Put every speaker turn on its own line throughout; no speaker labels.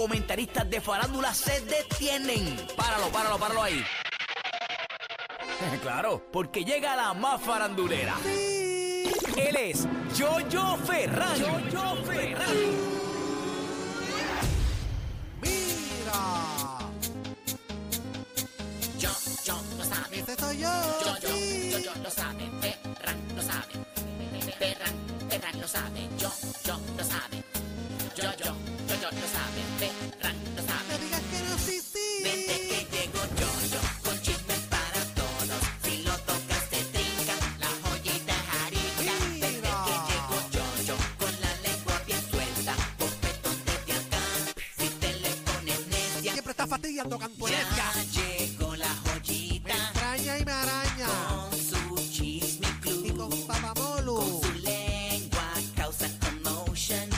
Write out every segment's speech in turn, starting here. comentaristas de farándula se detienen. Páralo, páralo, páralo ahí. claro, porque llega la más farandulera. Él es Jojo Ferran. Jojo Ferran.
Mira,
Yo, yo, lo sabe.
este soy yo.
Yo, yo, yo,
sí.
yo, lo sabe. Ferran, lo sabe. Ferran, Ferran, lo sabe. Yo, yo, lo sabe. Yo, yo, yo, yo, lo sabe. Ferran, lo sabe.
No digas que no, sí, sí.
Desde que llegó yo, yo, con chismes para todos. Si lo tocas te trinca, la joyita es harina. Desde
Mira.
que llegó yo, yo, con la lengua bien suelta. Bofetón desde acá, si te le pones necia.
Siempre está fastidiando cantueca.
Ya llegó la
Me
joyita.
extraña y me araña.
Con su chisme
Y con
club,
Papamolu.
con su lengua causa commotion.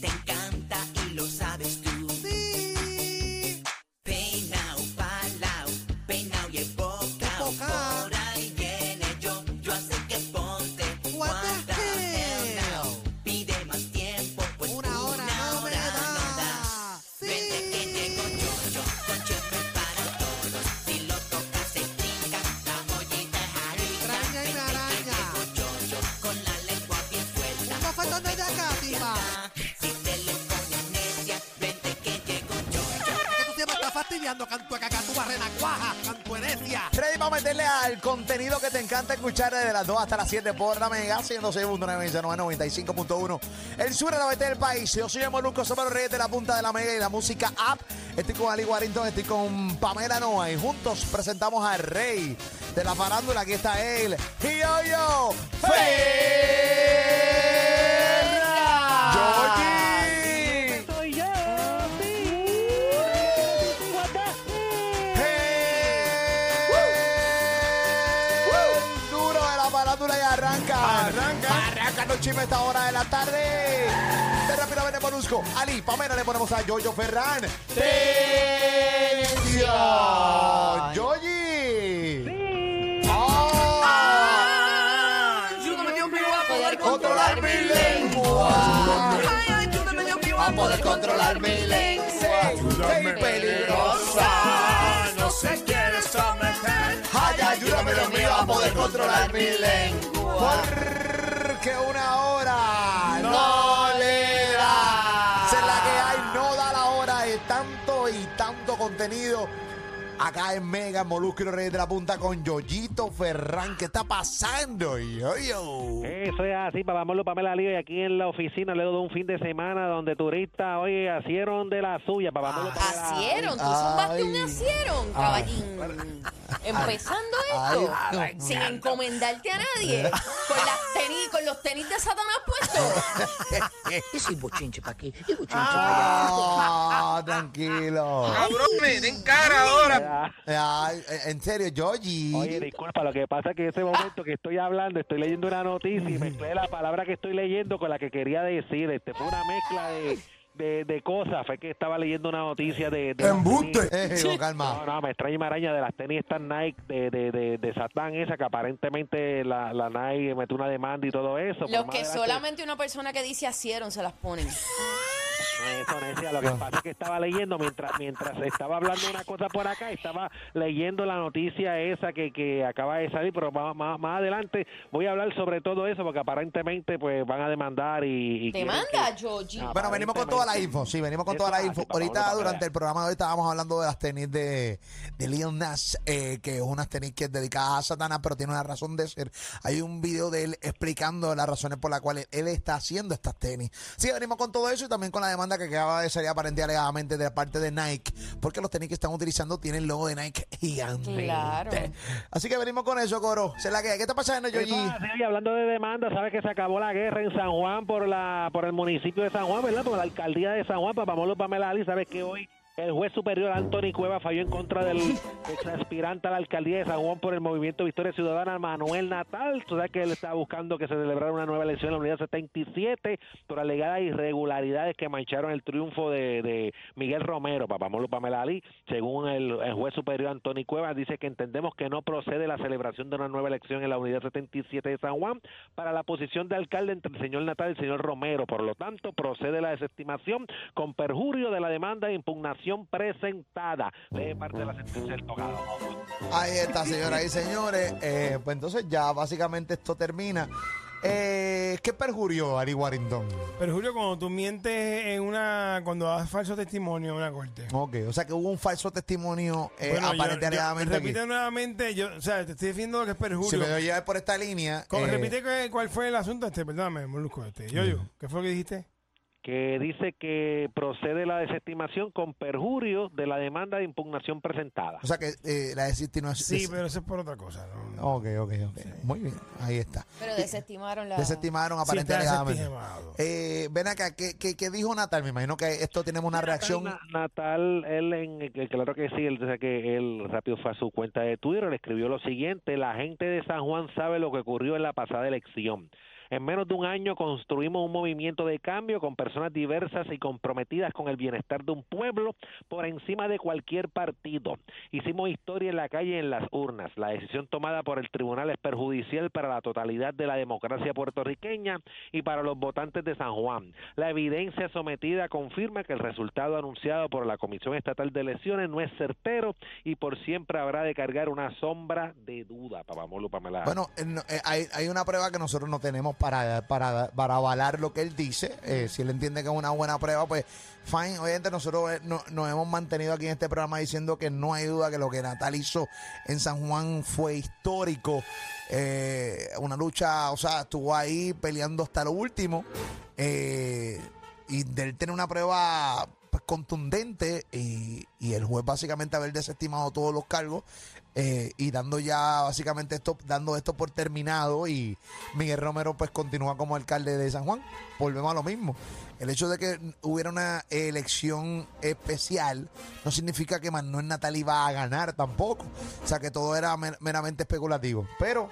Te encanta y lo sabes tú.
Sí.
Peinao, palao, peinao y embocao.
Embocao.
Por ahí viene yo, yo hace que ponte.
What the
What the hell
hell?
now? Pide más tiempo, pues
Una hora no me
da.
da.
Desde que
Sí.
llego yo, yo, con chisme para todos. Si lo tocas se trinca, la joyita es harina.
Extraña y me araña.
Llego yo, yo, con la lengua bien suelta.
Un bofetón desde acá, tipa.
Si te le pones necia, vente que llego yo, yo.
Que tú siempre estás fastidiando cantueca, cantúa, renacuaja, cantuerecia.
Ready para meterle al contenido que te encanta escuchar desde las 2 hasta las 7 por la Mega 106.995.1. El sur de la oeste del país. Yo soy el Molusco, somos los reyes de la punta de la Mega y la música app. Estoy con Ali Warrington, estoy con Pamela Noa y juntos presentamos al rey de la farándula. Aquí está él. Y yo, yo. Ferran. Georgie.
Soy yo, sí. What the hell?
El Duro de la parátula y arranca. Arranca. Arranca los chismes a esta hora de la tarde. De rápidamente Molusco. Ali, Pamela le ponemos a Yoyo Ferran. ¡Tensión! ¡Yoyi! ¡Oh!
Ah.
Ah, Controlar mi lengua. A poder controlar mi lengua. Soy peligrosa.
No se quiere someter.
Ay, ayúdame, Dios mío, a poder controlar mi lengua. Porque una hora no le da. Esa es la que hay, no da la hora de tanto y tanto contenido. Acá en Mega, en Molusco y los Reyes de la Punta con Yoyito Ferran. ¿Qué está pasando, yo, yo?
Eso es así, papá Molo, Pamela Lío, y aquí en la oficina, luego de un fin de semana donde turistas, oye, hacieron de la suya, papá Molo, Pamela.
Asieron, tú
Ay.
zumbaste un asieron, caballín. Empezando esto,
Ay, Eh. Dios
sin encomendarte a nadie, con, las tenis, con los tenis de Satanás puestos.
Yo soy bochinche pa' aquí, y bochinche
Ah, tranquilo.
Cabrón, me den cara ahora.
Ah,
Ay, en serio, Yoyi.
Oye, disculpa, lo que pasa es que en ese momento que estoy hablando, estoy leyendo una noticia y mezclé la palabra que estoy leyendo con la que quería decir. Este fue una mezcla de, de, de cosas. Fue que estaba leyendo una noticia de. de
Eh, con calma.
No, no, me extraña y me araña de las tenis estas Nike de, de, de, de Satán esa que aparentemente la, la Nike metió una demanda y todo eso. pero
Los
más
que
adelante-
solamente una persona que dice asieron se las ponen.
Eso, necia, lo que pasa es que estaba leyendo mientras mientras estaba hablando una cosa por acá, estaba leyendo la noticia esa que, que acaba de salir, pero más, más, más adelante voy a hablar sobre todo eso porque aparentemente pues van a demandar y... y
Te
quieren
manda,
que-
Georgie.
Ah,
Bueno, venimos con toda la info, sí, venimos con toda la
Eso,
info.
así, papá,
Ahorita
vamos para
durante
allá.
el programa de hoy estábamos hablando de las tenis de, de Leon Nas, eh, que es unas tenis que es dedicada a Satanás, pero tiene una razón de ser. Hay un video de él explicando las razones por las cuales él está haciendo estas tenis. Sí, venimos con todo eso y también con la demanda que acaba de salir aparente y alegadamente de parte de Nike, porque los tenis que están utilizando tienen el logo de Nike gigante.
Claro.
Así que venimos con eso, Coro. Se la que hay. ¿Qué está pasando,
Eso es
Yoyi?
así, Y hablando de demanda, sabes que se acabó la guerra en San Juan por la por el municipio de San Juan, ¿verdad? Por la alcaldía de San Juan, Papamolo Pamela Ali, sabes que hoy El juez superior Anthony Cueva falló en contra del exaspirante a la alcaldía de San Juan por el movimiento Victoria Ciudadana Manuel Natal. O sea que él estaba buscando que se celebrara una nueva elección en la unidad 77 por alegadas irregularidades que mancharon el triunfo de, de Miguel Romero, Papamolo Pamelali. Según el, el juez superior Anthony Cueva, dice que entendemos que no procede la celebración de una nueva elección en la unidad 77 de San Juan para la posición de alcalde entre el señor Natal y el señor Romero. Por lo tanto, procede la desestimación con perjurio de la demanda de impugnación presentada. Lee parte de la sentencia del tocado.
Ahí está, señoras y señores. Eh, pues entonces ya básicamente esto termina. Eh, ¿Qué perjurió Ari Warrington?
Pero Julio, cuando tú mientes en una. cuando das falso testimonio en una corte.
Ok, o sea que hubo un falso testimonio eh,
Bueno, yo-
aparentemente
yo-
aquí.
Repite nuevamente, yo, o sea, te estoy diciendo lo que es
Si
perjurio.
me doy llevar por esta línea.
Co-
eh,
Repite que- cuál fue el asunto este, perdóname, Molusco. Este. Yo,
Mm.
yo, ¿qué fue lo que dijiste?
que dice que procede la desestimación con perjurio de la demanda de impugnación presentada.
O sea que eh, la desestimación.
Sí, pero eso es por otra cosa. No, no.
Ok, ok, ok. Muy bien, ahí está.
Pero desestimaron la.
Desestimaron
Sí, te has
aparentemente.
estimado.
Eh, ven acá, ¿qué, qué, qué dijo Natal? Me imagino que esto tenemos una reacción.
Na- Natal, él, en, eh, claro que sí, él, o sea, que él rápido fue a su cuenta de Twitter, le escribió lo siguiente, la gente de San Juan sabe lo que ocurrió en la pasada elección. En menos de un año construimos un movimiento de cambio con personas diversas y comprometidas con el bienestar de un pueblo por encima de cualquier partido. Hicimos historia en la calle y en las urnas. La decisión tomada por el tribunal es perjudicial para la totalidad de la democracia puertorriqueña y para los votantes de San Juan. La evidencia sometida confirma que el resultado anunciado por la Comisión Estatal de Elecciones no es certero y por siempre habrá de cargar una sombra de duda. Papamolo, Pamela.
Bueno, eh, no, eh, hay, hay una prueba que nosotros no tenemos para, para, para avalar lo que él dice. Eh, si él entiende que es una buena prueba, pues fine. Obviamente nosotros eh, no- nos hemos mantenido aquí en este programa diciendo que no hay duda que lo que Natal hizo en San Juan fue histórico. Eh, una lucha, o sea, estuvo ahí peleando hasta lo último. Eh, y de él tener una prueba pues, contundente y, y el juez básicamente haber desestimado todos los cargos eh, y dando ya básicamente esto dando esto por terminado y Miguel Romero pues continúa como alcalde de San Juan volvemos a lo mismo el hecho de que hubiera una elección especial no significa que Manuel Natal iba a ganar tampoco o sea que todo era mer- meramente especulativo pero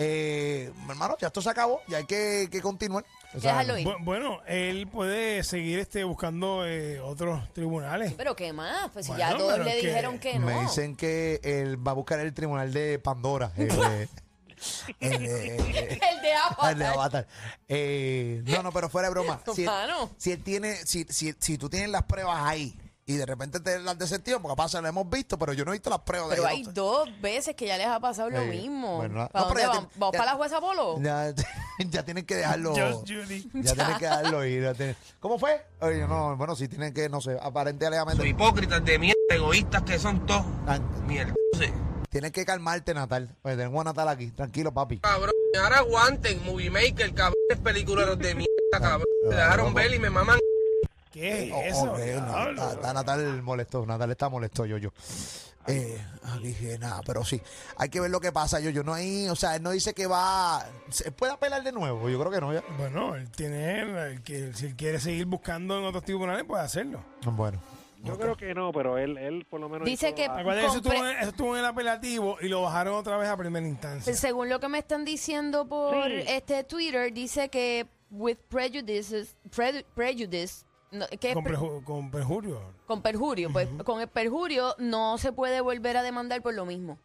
eh, hermano ya esto se acabó y hay que, que continuar O sea,
Déjalo ir.
Bu- Bueno, él puede seguir este buscando eh, otros tribunales.
Pero qué más, pues si ya
Bueno,
todos
pero
le
es que
dijeron que no.
Me dicen que él va a buscar el tribunal de Pandora. el de- el de-
El de agua.
el de Avatar. Eh, no, no, pero fuera de broma. Si él,
Mano.
si él tiene, si, si, si tú tienes las pruebas ahí y de repente te las desestimado, porque pasa, lo hemos visto, pero yo no he visto las pruebas
Pero
de
hay dos veces que ya les ha pasado lo
Eh,
mismo.
bueno,
¿Para
no, pero
dónde
ya
van?
te-
¿Vamos
ya-
para la jueza Polo?
Ya, ya tienen que dejarlo.
Just Judy.
Ya tienen que dejarlo ir. ya tienen- ¿Cómo fue? Oye, no, bueno, si tienen que, no sé, aparentemente.
Hipócritas de mierda, egoístas que son todos. Mierda.
Tienes que calmarte, Natal. Oye, tengo a Natal aquí. Tranquilo, papi.
Cabrón, ahora aguanten, Movie Maker, cabrones peliculeros de mierda, cabrón. Me dejaron ver y me maman.
¿Qué
Oh,
es eso?
ok, no,
Diablo.
está- está Natal molesto, Natal está molesto, yo, yo. Eh, dije, nada, pero sí, hay que ver lo que pasa, yo, yo. No hay, o sea, él no dice que va. ¿Se puede apelar de nuevo? Yo creo que no, ya.
Bueno, él tiene. el- el que- si él quiere seguir buscando en otros tribunales, puede hacerlo.
Bueno,
Yo creo que no, pero él, él por lo menos...
Dice
hizo
que-
la-
Acuérdate que eso
Compre-
estuvo, en, eso estuvo en el apelativo y lo bajaron otra vez a primera instancia.
Pues Según lo que me están diciendo por
Sí.
este Twitter, dice que with prejudices, preju- prejudice, no, que es
Con,
pre-
preju- con perjurio.
con perjurio, pues con el perjurio no se puede volver a demandar por lo mismo.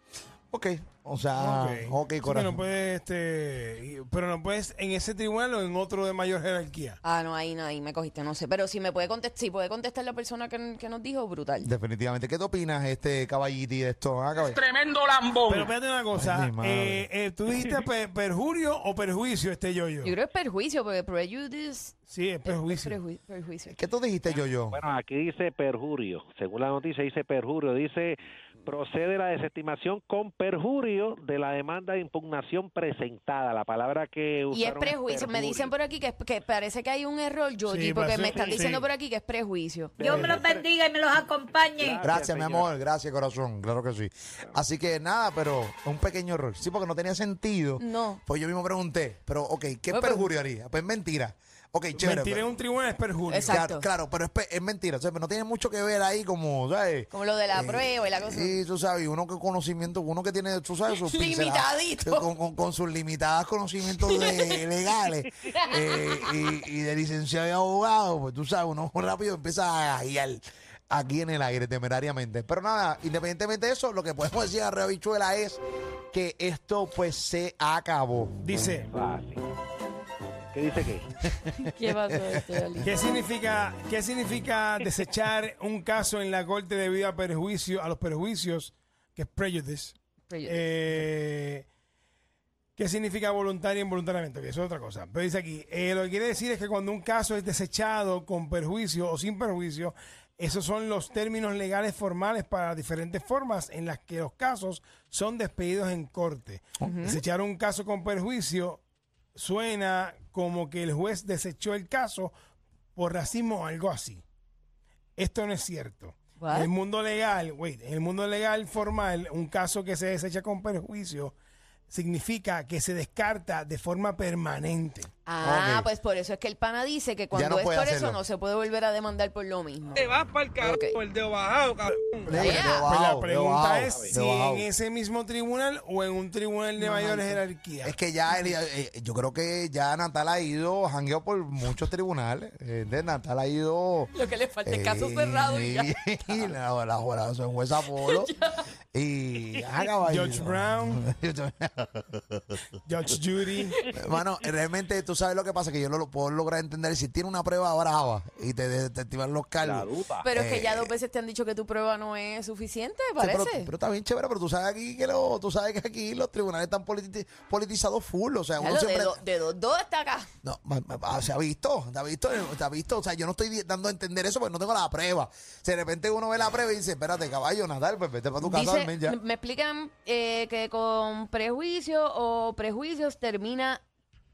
ok, o sea, Ah, ok,
Sí, pues.
corazón.
Pero no puedes, este, y- pero no puedes en ese tribunal o en otro de mayor jerarquía.
Ah, no, ahí no, ahí me cogiste, no sé. Pero si me puede contestar, si puede contestar la persona que, que nos dijo, brutal.
Definitivamente, ¿qué te opinas, este caballiti de esto? Ah, caball-
Tremendo lambón.
Pero espérate una
Ay,
cosa.
mi madre.
eh, eh, ¿Tú dijiste pe- perjurio o perjuicio este yo-yo?
Yo creo que es perjuicio, porque prejudice
Sí, es
es
perjuicio.
perju- perjuicio.
¿Qué tú dijiste, yo, yo?
Bueno, aquí dice perjurio. Según la noticia dice perjurio. Dice procede la desestimación con perjurio de la demanda de impugnación presentada. La palabra que
Y es
usaron
prejuicio. Me dicen por aquí que, es- que parece que hay un error, Yogi,
Sí,
porque
parece-
me están
sí,
diciendo
sí.
por aquí que es prejuicio.
Dios me los bendiga y me los acompañe.
Gracias, mi
señora.
amor, gracias, corazón, claro que sí. Así que nada, pero un pequeño error. Sí, porque no tenía sentido.
No.
Pues yo mismo pregunté, pero ok, ¿qué
Bueno, pero-
perjurio haría? Pues mentira. Ok, chévere.
Mentir en
pero-
un tribunal es perjurio.
Exacto.
Claro, claro, pero es, pe- es mentira. o sea, pero no tiene mucho que ver ahí como, ¿sabes?
Como lo de la prueba y la cosa.
Sí, tú sabes, y uno que conocimiento, uno que tiene, tú sabes, sus pinceladas,
Limitadito.
Con, con- con sus limitadas conocimientos de- legales eh, y, y de licenciado y abogado, pues tú sabes, uno rápido empieza a guiar aquí en el aire temerariamente. Pero nada, independientemente de eso, lo que podemos decir a Rehabichuela es que esto pues se acabó.
Dice,
Fácil. ¿Qué dice qué?
¿Qué pasó? Este, Ali?
¿qué significa, ¿qué significa desechar un caso en la corte debido a perjuicio, a los perjuicios, que es prejudice?
Prejudice.
Eh, ¿Qué significa voluntario e involuntariamente? Ok, Eso es otra cosa. Pero dice aquí, eh, lo que quiere decir es que cuando un caso es desechado con perjuicio o sin perjuicio, esos son los términos legales formales para diferentes formas en las que los casos son despedidos en corte. Desechar un caso con perjuicio suena como que el juez desechó el caso por racismo o algo así. Esto no es cierto.
What?
En el mundo legal, wait, en el mundo legal formal, un caso que se desecha con perjuicio significa que se descarta de forma permanente.
Ah,
Ok.
pues por eso es que el pana dice que cuando
no
es por
puede
eso
hacerlo.
no se puede volver a demandar por lo mismo.
Te vas para el carajo,
Ok.
el dedo bajado, cabrón.
Pero
Yeah.
Pues
bajado,
la
de
pregunta
bajado,
es
de
si
bajado.
en ese mismo tribunal o en un tribunal de mayor jerarquía.
Es que ya, él- eh, yo creo que ya Natal ha ido jangueado por muchos tribunales. eh, De Natal ha ido.
Lo que le falta es Este caso
eh,
cerrado y ya.
y la, la jurada son juez Apolo. y. ah, caballero.
Judge Brown. Judge Judy.
Hermano, realmente tú sabes lo que pasa, que yo no lo puedo lograr entender. Si tiene una prueba brava y te, te, activan los cargos.
Pero es que ya dos veces te han dicho que tu prueba no es suficiente,
Eh. Sí, pero,
parece.
pero está bien chévere, pero tú sabes aquí que lo, tú sabes que aquí los tribunales están politiz- politizados full. O sea,
Ya
uno
lo
siempre.
de, do- de dos, dos está acá.
No, ma- ma- ma- se ha visto, se ha visto, se ha visto. O sea, yo no estoy di- dando a entender eso porque no tengo la prueba. Si de repente uno ve la prueba y dice, espérate, caballo, Natal, pues vete para tu casa,
Dice,
amén, ya.
m- me explican eh, que con prejuicio o prejuicios termina,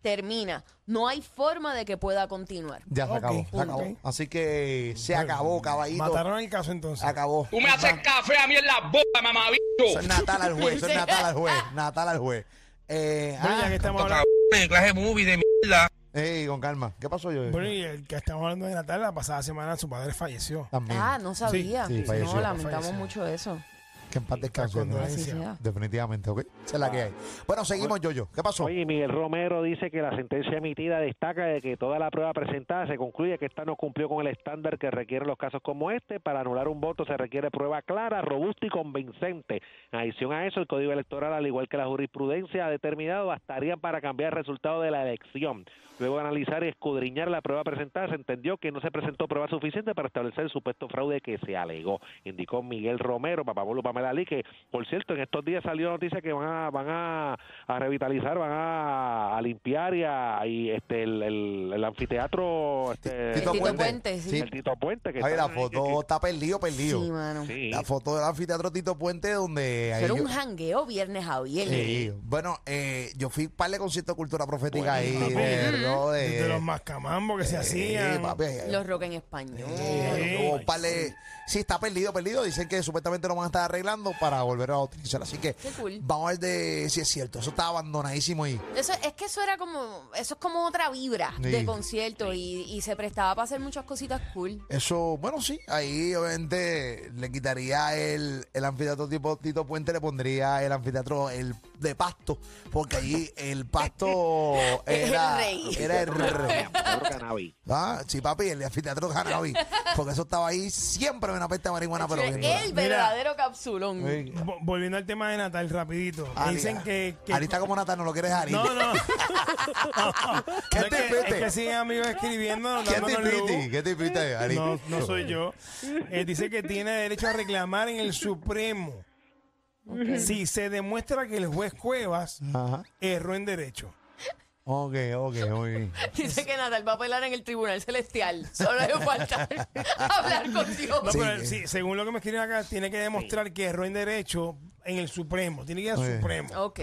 termina. No hay forma de que pueda continuar.
Ya se
Ok,
acabó, se
ok.
acabó. Así que se acabó, caballito.
Mataron el caso entonces.
Se acabó.
Tú me haces café a mí en la boca,
Eso es
mamabicho.
Natal al juez, eso es Natal al juez, Natal al juez. Eh,
Bueno, ya
ah,
que estamos hablando,
Cabrones, clase de movie de mierda.
ey, con calma, ¿qué pasó yo?
bueno, y el que estamos hablando de Natal, la pasada semana su padre falleció.
También,
Ah, no sabía.
sí, falleció.
no, lamentamos
Falleció.
mucho eso.
que en paz descanse.
con
¿no?
dolencia.
Así sea.
Definitivamente, ¿ok? Esa es la que hay. Bueno, seguimos, Yoyo. ¿Qué pasó?
Oye, Miguel Romero dice que la sentencia emitida destaca de que toda la prueba presentada se concluye que esta no cumplió con el estándar que requieren los casos como este. Para anular un voto se requiere prueba clara, robusta y convincente. En adición a eso, el Código Electoral, al igual que la jurisprudencia ha determinado, bastarían para cambiar el resultado de la elección. Luego de analizar y escudriñar la prueba presentada, se entendió que no se presentó prueba suficiente para establecer el supuesto fraude que se alegó, indicó Miguel Romero, Papabolo Pamela Lee, que por cierto, en estos días salió noticia que van a, van a, a revitalizar, van a, a limpiar y, a, y, este el, el- el anfiteatro
eh,
este,
Tito
el-
Puente. Puente, sí.
el Tito Puente que
Ay,
está-
la foto
que-
está perdido, perdido.
Sí, mano.
que- sí.
La foto del anfiteatro Tito Puente donde... ahí
Pero
yo-
un jangueo viernes a viernes.
Sí, bueno, eh, yo fui par de conciertos de cultura profética ahí,
papi.
de, ¿no? de,
De los mascamambos que se
Sí,
hacían.
Eh, papi,
Los rock en español.
eh,
Sí.
hubo par de- sí, está perdido, perdido. Dicen que supuestamente lo van a estar arreglando para volver a utilizar. Así que
Qué cool.
vamos a ver de, si es cierto. Eso está abandonadísimo ahí.
Eso, es que eso era como, eso es como otra vibra
Sí.
de concierto y, y se prestaba para hacer muchas cositas cool.
Eso, bueno, sí, ahí obviamente le quitaría el, el anfiteatro tipo Tito Puente, le pondría el anfiteatro el de pasto, porque ahí el pasto
El
era
rey.
Era el rey.
Pedro Cannabis.
Ah, sí, papi, el anfiteatro de Cannabis, porque eso estaba ahí siempre una peste de marihuana, Ah, pero bien dura.
el verdadero capsulón.
Sí.
Vo- Volviendo al tema de Natal, rapidito. Me
Ali,
dicen que... que-
Ali está como Natal, no lo quieres Ari.
No, no.
¿Qué
No, es
te
que-
fuiste?
Es que siguen amigos escribiendo,
¿Qué
dándonos
te
luz.
piti? ¿Qué te piti, Ari?
No, no soy yo. Eh, dice que tiene derecho a reclamar en el Supremo si se demuestra que el juez Cuevas
Ajá.
erró en derecho.
Ok, ok, muy bien.
Dice que Natal va a pelar en el Tribunal Celestial. Solo le falta hablar con Dios.
No,
Sí.
pero sí, según lo que me escriben acá, tiene que demostrar que erró en derecho en el Supremo. Tiene que ir al
Oye.
Supremo.
Ok.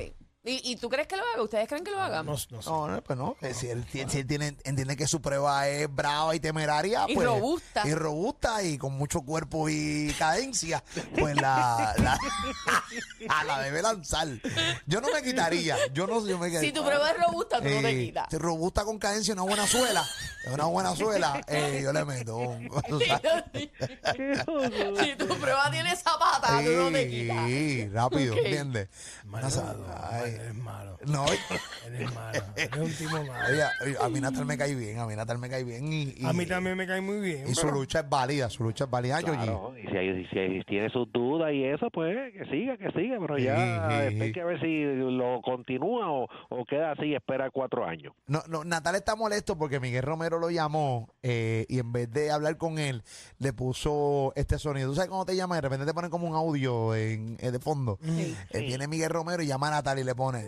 ¿Y, y tú crees que lo haga? ¿Ustedes creen que lo haga?
No, no sé.
No, no, pues no. que Si él, ti- si él tiene, entiende que su prueba es brava y temeraria.
Y
pues,
robusta.
Y robusta y con mucho cuerpo y cadencia, pues la, la, a la debe lanzar. Yo no me quitaría. Yo no yo me
Si tu prueba es robusta, tú no te
Eh,
quitas.
si robusta con cadencia, una buena suela. Una buena suela, eh, yo le meto. un- o sea,
si tu prueba tiene zapata, tú no te quitas.
sí, rápido,
Ok.
¿entiendes? Una
Malvado,
sa-
mal,
ay,
eres malo.
No,
Eres malo. Eres un tipo malo.
Oye, oye, a mí Natal me cae bien, a mí Natal me cae bien y, y-
A mí también me cae muy bien.
y su lucha es válida, su lucha es válida, Yoyi.
Claro, y si, hay- si hay- tiene sus dudas y eso, pues que siga, que siga, pero ya
Sí, sí,
después
sí.
hay que ver si lo continúa o, o queda así, espera cuatro años.
No, no, Natal está molesto porque Miguel Romero lo llamó eh, y en vez de hablar con él, le puso este sonido. ¿Tú sabes cómo te llama? De repente te ponen como un audio en, eh, de fondo. Eh, viene Miguel Romero y llama a Natal y le pone.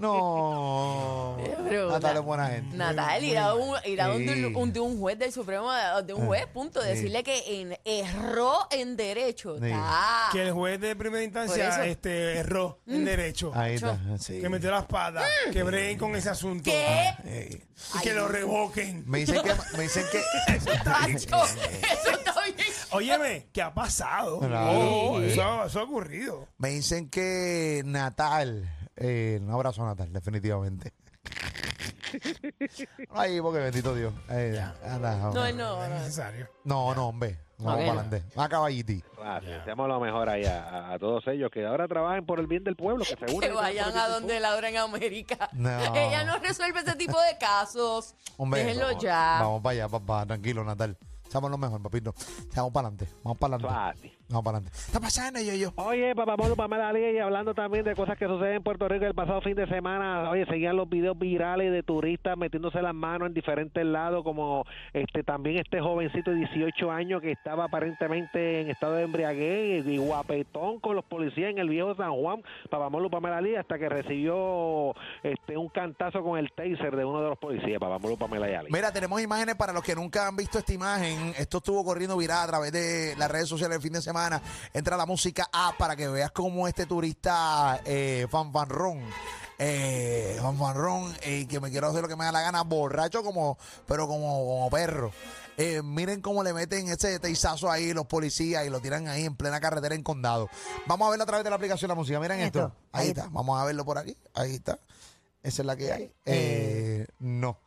no.
Pero,
Natal
na-
es buena gente.
Natal, ir a un, ir a un-
Sí.
un- de un juez del Supremo, de un juez,
Ah.
punto, decirle que en- erró en derecho.
Sí.
Ah,
Que el juez de primera
Por eso.
instancia este, erró en derecho.
Ahí está. sí.
Que metió la espada. Que breguen con ese asunto.
¿Qué?
Eh,
Y que lo revoquen.
me dicen que. Me dicen que
Tacho, eso está bien.
Óyeme, ¿qué ha pasado?
Claro.
Oh, eso, eso ha ocurrido.
Me dicen que Natal. eh, un abrazo a Natal, definitivamente. Ay, porque bendito Dios. Ay, anda,
No,
hombre.
no, no.
Es necesario.
no, no, hombre. Vamos
Ok.
para adelante. A caballiti.
Hacemos lo mejor ahí a, a- a todos ellos, que ahora trabajen por el bien del pueblo, que se unan.
Que vayan a donde Laura en América.
No.
Ella no resuelve ese tipo de casos.
Hombre,
Déjenlo
vamos,
ya.
Vamos para allá, papá. Tranquilo, Natal. Seamos lo mejor, papito. Seamos para adelante. Vamos para adelante.
Suave.
Vamos para adelante. ¿Está pasando, yo, yo?
Oye, papá Pablo, papá Dalia, y hablando también de cosas que suceden en Puerto Rico el pasado fin de semana, oye, seguían los videos virales de turistas metiéndose las manos en diferentes lados, como este también este jovencito de 18 años que estaba aparentemente en estado de embriaguez y guapetón con los policías en el viejo San Juan, papá Pablo, papá Dalia, hasta que recibió este un cantazo con el taser de uno de los policías, papá Pablo, papá Dalia.
Mira, tenemos imágenes para los que nunca han visto esta imagen. Esto estuvo corriendo viral a través de las redes sociales el fin de semana. Entra la música A para que veas cómo este turista eh, fanfarrón, eh, fanfarrón, eh, que me quiero hacer lo que me da la gana, borracho como, pero como, como perro. Eh, miren cómo le meten ese teizazo ahí los policías y lo tiran ahí en plena carretera en condado. Vamos a verlo a través de la aplicación la música. Miren esto. Ahí, está. Vamos a verlo por aquí. Ahí está. Esa es la que hay. Eh, no.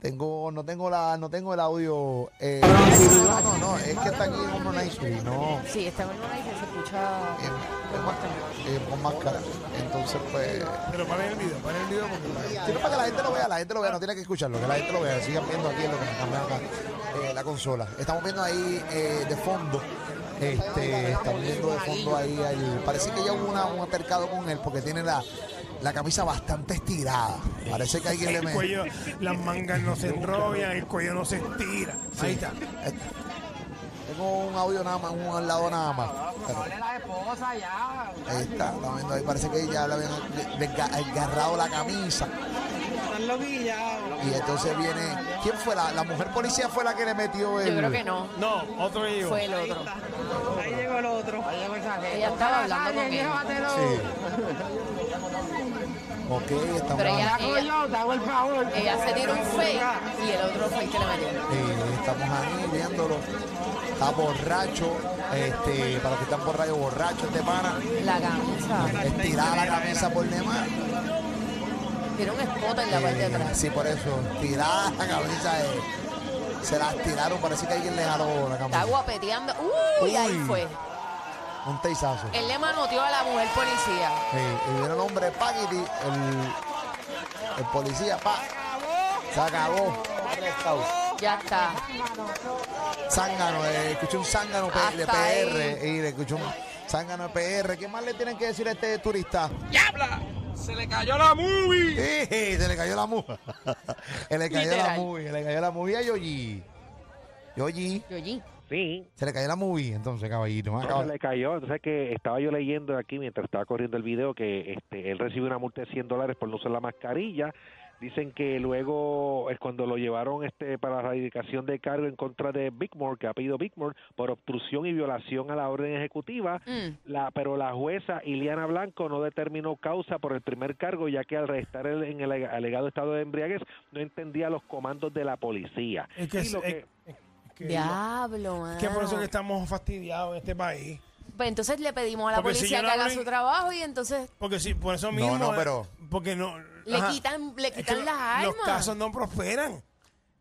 Tengo, no tengo la, no tengo el audio. eh, no, no, no, es que está aquí en un nice view, no. eh,
Sí, está bueno y se escucha.
es más- eh, con máscara. Entonces, pues.
Pero para el video, para el video. Porque...
Si no, para que la gente lo vea, la gente lo vea, no tiene que escucharlo, que la gente lo vea, sigan viendo aquí en lo que nos cambian acá, eh, la consola. Estamos viendo ahí eh, de fondo, este, estamos viendo de fondo ahí, al- parece que ya hubo una- un altercado con él porque tiene la, la camisa bastante estirada. Parece que alguien le
El
metió.
cuello, las mangas no se enrollan, el cuello no se estira. Ahí está.
Eh, Tengo un audio nada más, un al lado nada más. Pero- Ahí está, estamos viendo ahí. Parece que ya le habían desga- desgarrado la camisa. Y entonces viene. ¿Quién fue? La, la mujer policía fue la que le metió el.
Yo creo que no.
No, otro que llegó.
Fue el otro. Ella estaba hablando con él.
Sí. Ok, estamos.
Pero ella, ella, ella se tiró un fake y el otro fue el que le metió.
Eh, estamos ahí viéndolo. Está borracho. Este, para los que están borrachos, borracho este pana.
La camisa.
Estirada la camisa por demás.
Tiene un spot en la parte de
Eh,
atrás.
Sí, por eso. Tirada la camisa. eh. Se las tiraron. Parece que alguien le jaló la
Está
camisa.
guapeteando. Uy, ahí
Uy.
fue.
Un teizazo.
Él le manoteó a la mujer policía.
Eh, y viene el hombre Paquiti, el, el policía, pa. Se acabó. Arrestado.
Ya está.
Zángano, eh, escuché un zángano P- de
Hasta ahí.
PR. Y le escuché un zángano de PR. ¿Qué más le tienen que decir a este turista?
¡Diabla! ¡Se le cayó la movie!
Eh, se le cayó la muja. se le cayó la
Literal.
movie, se le cayó la movie a Yoyi. Yoyi,
Yoyi.
Sí.
se le cayó la movie entonces, caballito. ah,
Entonces
caball-
le cayó, entonces que estaba yo leyendo aquí mientras estaba corriendo el video que este, él recibió una multa de 100 dólares por no usar la mascarilla Dicen que luego es cuando lo llevaron este para la radicación de cargo en contra de Bigmore, que ha pedido Bigmore, por obstrucción y violación a la orden ejecutiva.
Mm.
La, pero la jueza Iliana Blanco no determinó causa por el primer cargo, ya que al restar el- en el alegado estado de embriaguez no entendía los comandos de la policía.
Es que,
Y lo
es-
que-
es- es que-
Diablo,
es que por eso
mano.
que estamos fastidiados en este país.
Pues entonces le pedimos a la
Porque si
policía
yo no
que haga
hablo
su
en-
trabajo y entonces
Porque sí, por eso mismo.
no,
eh,
pero-
Porque no.
le
ajá.
quitan, le
Es Eh, que
quitan
lo-
las armas.
Los casos no prosperan.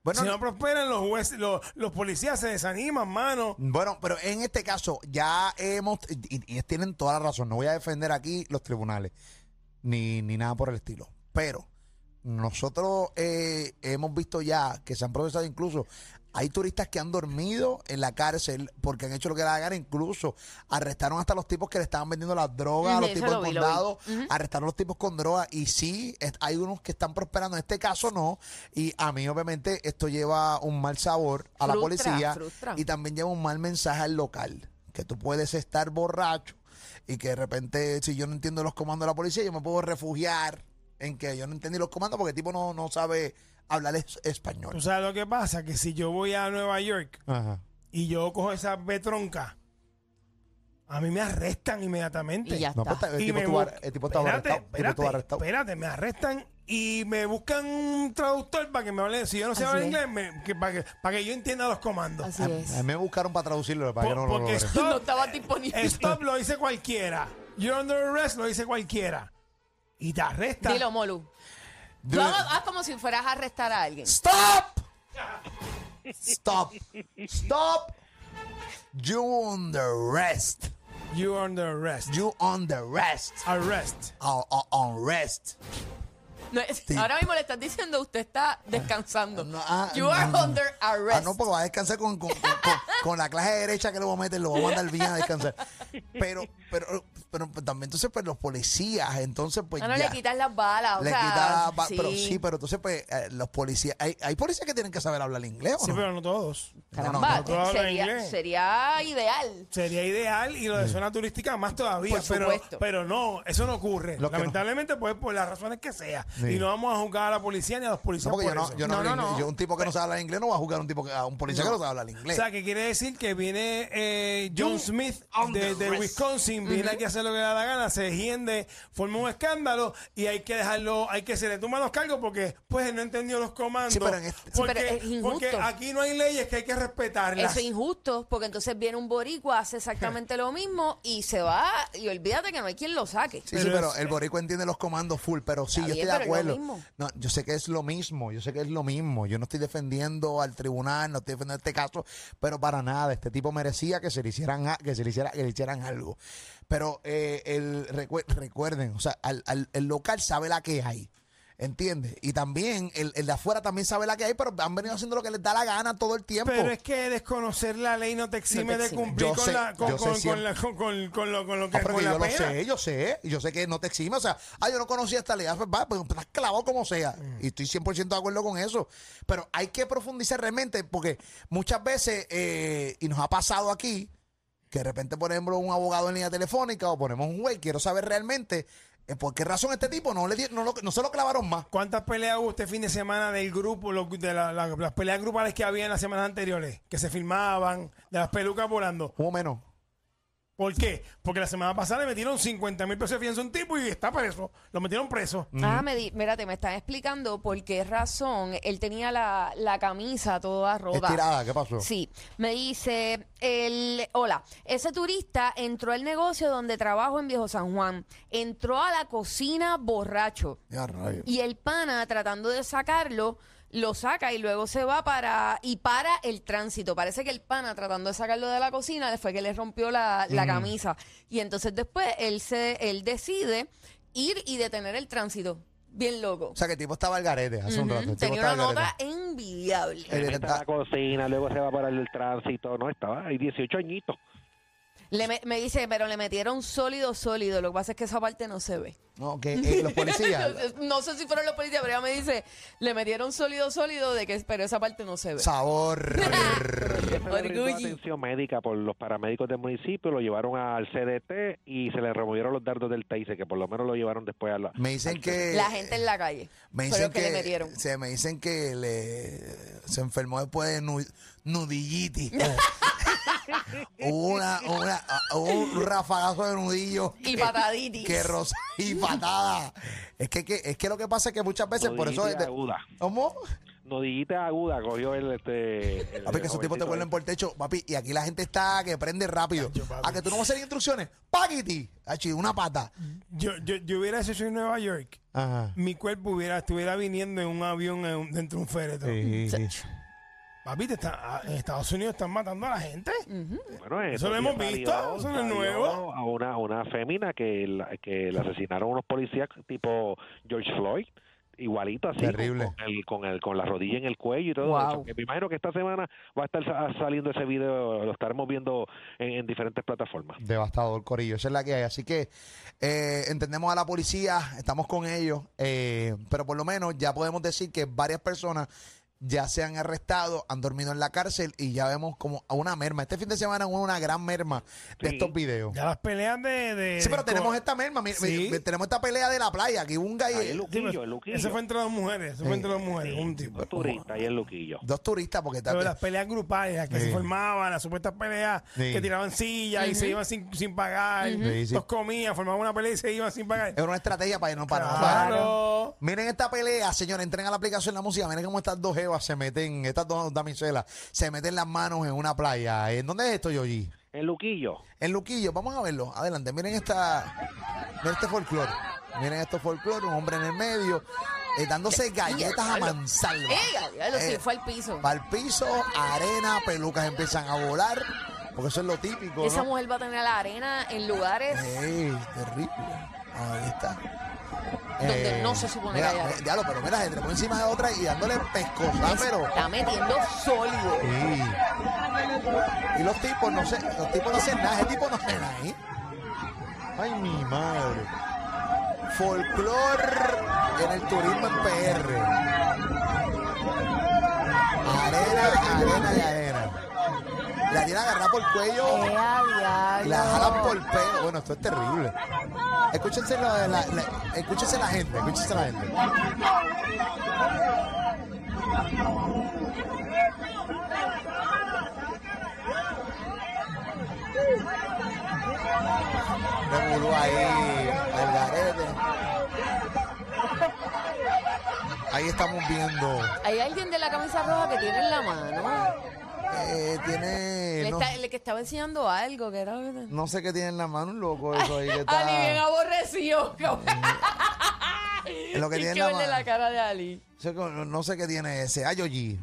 Bueno,
si no prosperan, los jueces, los, los policías se desaniman, mano.
Bueno, pero en este caso ya hemos, y, y tienen toda la razón, no voy a defender aquí los tribunales, ni, ni nada por el estilo, pero nosotros eh, hemos visto ya que se han procesado incluso, hay turistas que han dormido en la cárcel porque han hecho lo que la hagan, incluso arrestaron hasta los tipos que le estaban vendiendo las drogas, a
Ujú,
los
eso
tipos
lo
de
vi, lo vi.
condado, arrestaron a los tipos con drogas y sí, es- hay unos que están prosperando, en este caso no, y a mí obviamente esto lleva un mal sabor a la
Frustra,
policía
frustra.
y también lleva un mal mensaje al local, que tú puedes estar borracho y que de repente si yo no entiendo los comandos de la policía, yo me puedo refugiar en que yo no entendí los comandos porque el tipo no, no sabe hablar es-
Tú
español.
sabes lo que pasa, que si yo voy a Nueva York
Ajá.
y yo cojo esa betronca, a mí me arrestan inmediatamente.
Y ya
No,
está.
pues, el,
Y
tipo
me
estuvo
bu-
ar- el tipo estaba
Espérate,
arrestado. el tipo estuvo
espérate,
arrestado.
espérate, me arrestan y me buscan un traductor para que me hable. Si yo no sé
Así
hablar
es.
inglés, me- que- para, que, para que yo entienda los comandos.
Así
A
es.
mí me buscaron para traducirlo, para que
Por-
no lo
porque
logré.
esto-
No estaba disponible.
Stop lo dice cualquiera. You're under arrest lo dice cualquiera. Y te arrestan.
Dilo, Molu. Tú
Dude.
hagas- haz como si fueras a arrestar a alguien.
Stop! Stop! Stop! You on the rest.
You're under arrest.
You on the rest.
Arrest.
On, on- on rest.
No, es- Ahora mismo le estás diciendo, usted está descansando.
No, ah,
you
no,
are
no.
under
Ah,
arrest.
no, porque va a descansar con, con- con- con- con la clase derecha que le voy a meter, lo voy a mandar bien a descansar. Pero, pero, pero, pues, también entonces, pues los policías, entonces, pues.
Ah, no,
ya.
le quitas las balas. O
Le
sea,
quita- va- Pero sí, pero entonces, pues, eh, los policías. Hay, hay policías que tienen que saber hablar inglés, ¿o
Sí,
no?
pero no todos.
Caramba,
no, no, no, no, no,
sería,
no, no.
sería ideal.
Sería ideal y lo
Mm.
de zona turística más todavía.
Por
pero,
supuesto.
pero no, eso no ocurre.
Lo que no.
Lamentablemente, pues por las razones que sea.
Sí.
Y no vamos a juzgar a la policía ni a los
No,
policías.
porque yo
por
no,
eso.
yo no,
No,
hablo
no,
inglés.
no.
Yo, un tipo que no sabe hablar inglés no va a jugar a un, tipo que- a un policía que no sabe hablar
O
inglés.
sea, que quiere decir que viene eh, John Smith de, de Wisconsin, viene aquí a hacer lo que le da la gana, se hiende, forma un escándalo y hay que dejarlo, hay que se le tumban los cargos porque pues él no entendió los comandos.
Sí, pero en este- Sí,
pero
porque,
es injusto.
porque aquí no hay leyes que hay que respetarlas.
Eso es injusto, porque entonces viene un boricua, hace exactamente lo mismo y se va y olvídate que no hay quien lo saque.
Sí, sí,
Pero
pero
es-
el boricua entiende los comandos full, pero sí,
Está
yo
bien,
estoy de
pero es lo
acuerdo.
mismo.
No, yo sé que es lo mismo, yo sé que es lo mismo. Yo no estoy defendiendo al tribunal, no estoy defendiendo este caso, pero para nada. Este tipo merecía que se le hicieran, a- que se le hiciera, que le hicieran algo. Pero eh, el, recu- recuerden, o sea, al- al- el local sabe la que hay. ¿Entiendes? Y también el, el de afuera también sabe la que hay, pero han venido haciendo lo que les da la gana todo el tiempo.
Pero es que desconocer la ley no te exime,
No te
de
exime.
cumplir
Yo
con
sé,
la con-
yo sé
con- con
siempre.
la- con- con- con lo con lo
Ah,
que
pero
con
yo
la
lo
pena.
sé, yo sé, y yo sé que no te exime, o sea, ah, yo no conocía esta ley, ah, pues va, pues estás clavado como sea,
Mm.
y estoy 100% de acuerdo con eso, pero hay que profundizar realmente, porque muchas veces, eh, y nos ha pasado aquí, que de repente, por ejemplo, un abogado en línea telefónica o ponemos un juez, quiero saber realmente eh, por qué razón este tipo no, le di- no, lo- no se lo clavaron más.
¿Cuántas peleas hubo este fin de semana del grupo, lo- de la- la- las peleas grupales que había en las semanas anteriores, que se filmaban, de las pelucas volando?
Hubo menos.
¿Por qué? Porque la semana pasada le metieron 50 mil pesos de fianza a un tipo y está preso. Lo metieron preso.
Ah, me di, espérate, me están explicando por qué razón él tenía la, la camisa toda rota.
Estirada, ¿qué pasó?
Sí, me dice, el, hola, ese turista entró al negocio donde trabajo en Viejo San Juan, entró a la cocina borracho
Ya, rayos.
y el pana tratando de sacarlo, lo saca y luego se va para y para el tránsito. Parece que el pana tratando de sacarlo de la cocina fue que le rompió la, la camisa y entonces después él se él decide ir y detener el tránsito. Bien loco.
O sea, que el tipo estaba al garete hace un rato.
Ujú,
el tipo
Tenía una
estaba Eh. al
nota
garete.
envidiable.
El-
Se mete a la cocina, luego se va para el tránsito, no, estaba ahí 18 añitos.
Le me, me dice, pero le metieron sólido, sólido. Lo que pasa es que esa parte no se ve.
No, que eh, los policías.
no sé si fueron los policías, pero ella me dice, le metieron sólido, sólido, de que, pero esa parte no se ve.
sabor.
Ya se le brindó
Orgullo.
atención médica por los paramédicos del municipio, lo llevaron al CDT y se le removieron los dardos del taser, que por lo menos lo llevaron después a la...
Me dicen que.
La gente en la calle.
Eh, Me
Fue
dicen
lo que,
que,
le metieron.
se me dicen que le se enfermó después de nu- nudillitis. Hubo una, una- hubo un rafagazo de nudillo.
Y
que-
pataditis.
Que rosa y patada. Es que, que- es que lo que pasa es que muchas veces por eso. es
Nodillita
de-
aguda.
¿Cómo?
Nodillita aguda, cogió el... Este, el-
Papi,
el
que esos tipos te
jovencito
vuelven por el techo. Papi, y aquí la gente está que prende rápido. A que tú no vas a hacer instrucciones. Paguiti. Achi, una pata.
Yo, yo, yo hubiera hecho eso en Nueva York.
Ajá.
Mi cuerpo hubiera, estuviera viniendo en un avión en un- dentro de un féretro. Papi, te están- ah, en Estados Unidos están matando a la gente.
Bueno,
Eso lo
sí
hemos
salió-
visto, eso no es
salió
nuevo.
A una, a una fémina que la, que la asesinaron unos policías tipo George Floyd, igualito así,
Terrible.
Con, el, con, el, con la rodilla en el cuello y todo
Wow.
eso. Que me imagino que esta semana va a estar sa- saliendo ese video, lo estaremos viendo en, en diferentes plataformas.
Devastador, Corillo. Esa es la que hay. Así que eh, entendemos a la policía, estamos con ellos, eh, pero por lo menos ya podemos decir que varias personas ya se han arrestado, han dormido en la cárcel y ya vemos como a una merma. Este fin de semana hubo una gran merma de
Sí.
estos videos.
Ya las peleas de. de-
Sí, pero
de-
tenemos esta merma. mira,
Sí.
mira, tenemos esta pelea de la playa, que hubo un
Ahí
gay,
el
Sí,
Luquillo,
pero
el Luquillo.
Eso fue entre dos mujeres. Eso fue entre dos mujeres. Un tipo.
Los turistas y el Luquillo.
dos turistas, porque
Pero
también-
las peleas grupales, las que
Sí.
se formaban, las supuestas peleas
Sí.
que tiraban sillas y se iban sin, sin pagar.
Sí, sí.
Los comían, formaban una pelea y se iban sin pagar.
era una estrategia para no para no parar.
Claro.
Miren esta pelea, señores. Entren a la aplicación La Música. Miren cómo estas dos jevas se meten, estas dos damiselas, se meten las manos en una playa. ¿En dónde es esto, Yoyi?
El Luquillo.
En Luquillo. Vamos a verlo. Adelante. Miren esta. Miren este folclore. Miren esto folclore. Un hombre en el medio, eh, dándose galletas a mansalva.
Ey, ya lo sí,
Eh,
fue al piso.
Para el piso, arena, pelucas empiezan a volar. Porque eso es lo típico. ¿no?
Esa
Eh,
mujer va a tener la arena en lugares.
Ey, terrible. Ahí está.
Donde no se supone
Eh, mira,
que haya-
mira, Diablo, pero mira, se trepó encima de otra y dándole pescosa, ah, pero.
Está metiendo
Eh,
sólido.
Sí. Y los tipos no se, los tipos no hacen nada, ese tipo no hace nada, ¿eh? Ay, mi madre. Folclor en el turismo en PR. Arena, arena y arena. La tiene agarrada por el cuello.
Ey, a
Y La jalan por
diablo.
el pelo. Bueno, esto es terrible. Escúchense la, la- la- escúchense la gente, escúchense la gente. Revolú ahí, al garete. Ahí estamos viendo.
Hay alguien de la camisa roja que tiene en la mano.
Eh, tiene.
Le,
No,
está- le que estaba enseñando algo que era. Ali
no sé qué tiene en la mano un loco eso ahí que está.
bien aborrecido.
lo que
Hay
tiene Eh, en
que
la
verle
mano.
la cara de Ali.
Sé que- No, no sé qué tiene ese. Ay, Yoyi.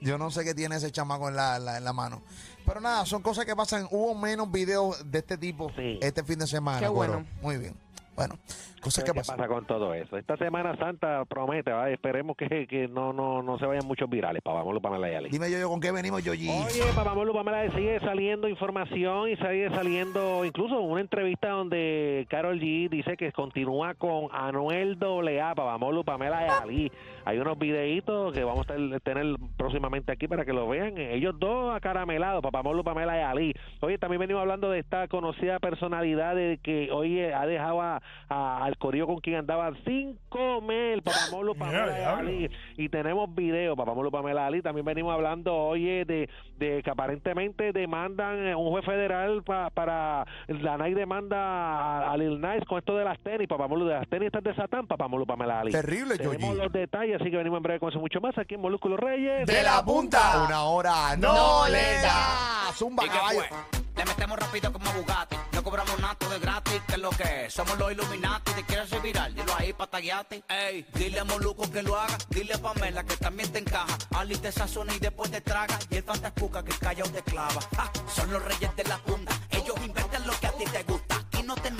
Yo no sé qué tiene ese chamaco en la, la- en la mano. Pero nada, son cosas que pasan. Hubo menos videos de este tipo
Sí.
este fin de semana.
Qué
Coro.
bueno.
Muy bien. Bueno, cosas que
¿Qué
pasan.
pasa con todo eso? Esta Semana Santa promete, ¿va? esperemos que, que no, no, no se vayan muchos virales. para Vámonos para la Yali.
Dime yo, yo con qué venimos, Yoyi.
Oye, Papá Molu, Pamela, sigue saliendo información y sigue saliendo incluso una entrevista donde Carol G dice que continúa con Anuel AA, Papá Molu, Pamela y Ali. Hay unos videitos que vamos a tel- tener próximamente aquí para que lo vean. Ellos dos acaramelados, Papá Molu, Pamela y Ali. Oye, también venimos hablando de esta conocida personalidad de que hoy eh, ha dejado a- a- al corillo con quien andaba sin comer, Papá Molu, Pamela y
diablo.
Ali. Y tenemos video, papá Molo Pamela Ali. También venimos hablando, oye, de, de que aparentemente demandan eh, un juez federal pa- para. La NAI demanda a, a Lil Nas con esto de las tenis, papá Molo, de las tenis estas de Satán, papá Molo Pamela Ali.
Terrible,
Tenemos
Yoyi.
los detalles, así que venimos en breve con eso y mucho más aquí en Molúsculo Reyes.
De la punta. Una hora. No, le da. Zumba,
¿Y qué
caballo.
fue? Le metemos rápido como a Bugatti. No cobramos nato de gratis, que es lo que es. Somos los Illuminati, te quieres ser viral, dilo ahí pa' taguearte. Ey, dile a Moluco que lo haga, dile a Pamela que también te encaja. Ali te sazona y después te traga. Y el fantascuca que calla o te clava. Ah, son los reyes de la punta, ellos inventan lo que a ti te gusta. Y no te